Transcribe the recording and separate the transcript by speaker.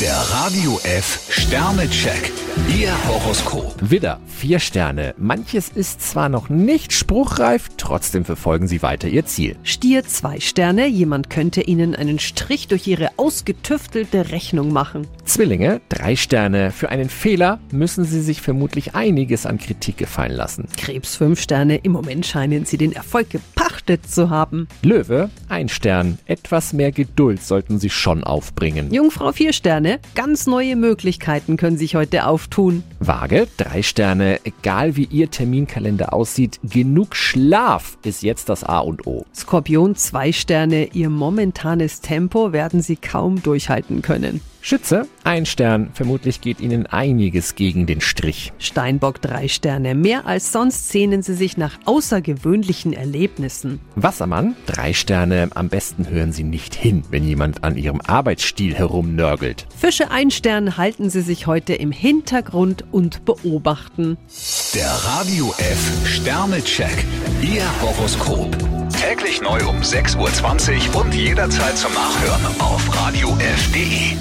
Speaker 1: Der Radio F Sternecheck. Ihr Horoskop.
Speaker 2: Widder, vier Sterne. Manches ist zwar noch nicht spruchreif, trotzdem verfolgen Sie weiter Ihr Ziel.
Speaker 3: Stier zwei Sterne, jemand könnte Ihnen einen Strich durch Ihre ausgetüftelte Rechnung machen.
Speaker 2: Zwillinge, drei Sterne. Für einen Fehler müssen Sie sich vermutlich einiges an Kritik gefallen lassen.
Speaker 3: Krebs fünf Sterne, im Moment scheinen Sie den Erfolg gepachtet zu haben.
Speaker 2: Löwe, ein Stern. Etwas mehr Geduld sollten Sie schon aufbringen.
Speaker 3: Jungfrau vier Sterne, ganz neue Möglichkeiten können sich heute auftun.
Speaker 2: Waage, drei Sterne. Egal wie Ihr Terminkalender aussieht, genug Schlaf ist jetzt das A und O.
Speaker 3: Skorpion zwei Sterne, Ihr momentanes Tempo werden Sie kaum durchhalten können.
Speaker 2: Schütze, ein Stern. Vermutlich geht Ihnen einiges gegen den Strich.
Speaker 3: Steinbock drei Sterne, mehr als sonst sehnen Sie sich nach außergewöhnlichen Erlebnissen.
Speaker 2: Wassermann, drei Sterne. Am besten hören Sie nicht hin, wenn jemand an Ihrem Arbeitsstil herumnörgelt.
Speaker 3: Fische ein Stern, halten Sie sich heute im Hintergrund und beobachten.
Speaker 1: Der Radio F Sternecheck. Ihr Horoskop. Täglich neu um 6.20 Uhr und jederzeit zum Nachhören auf Radio radiof.de.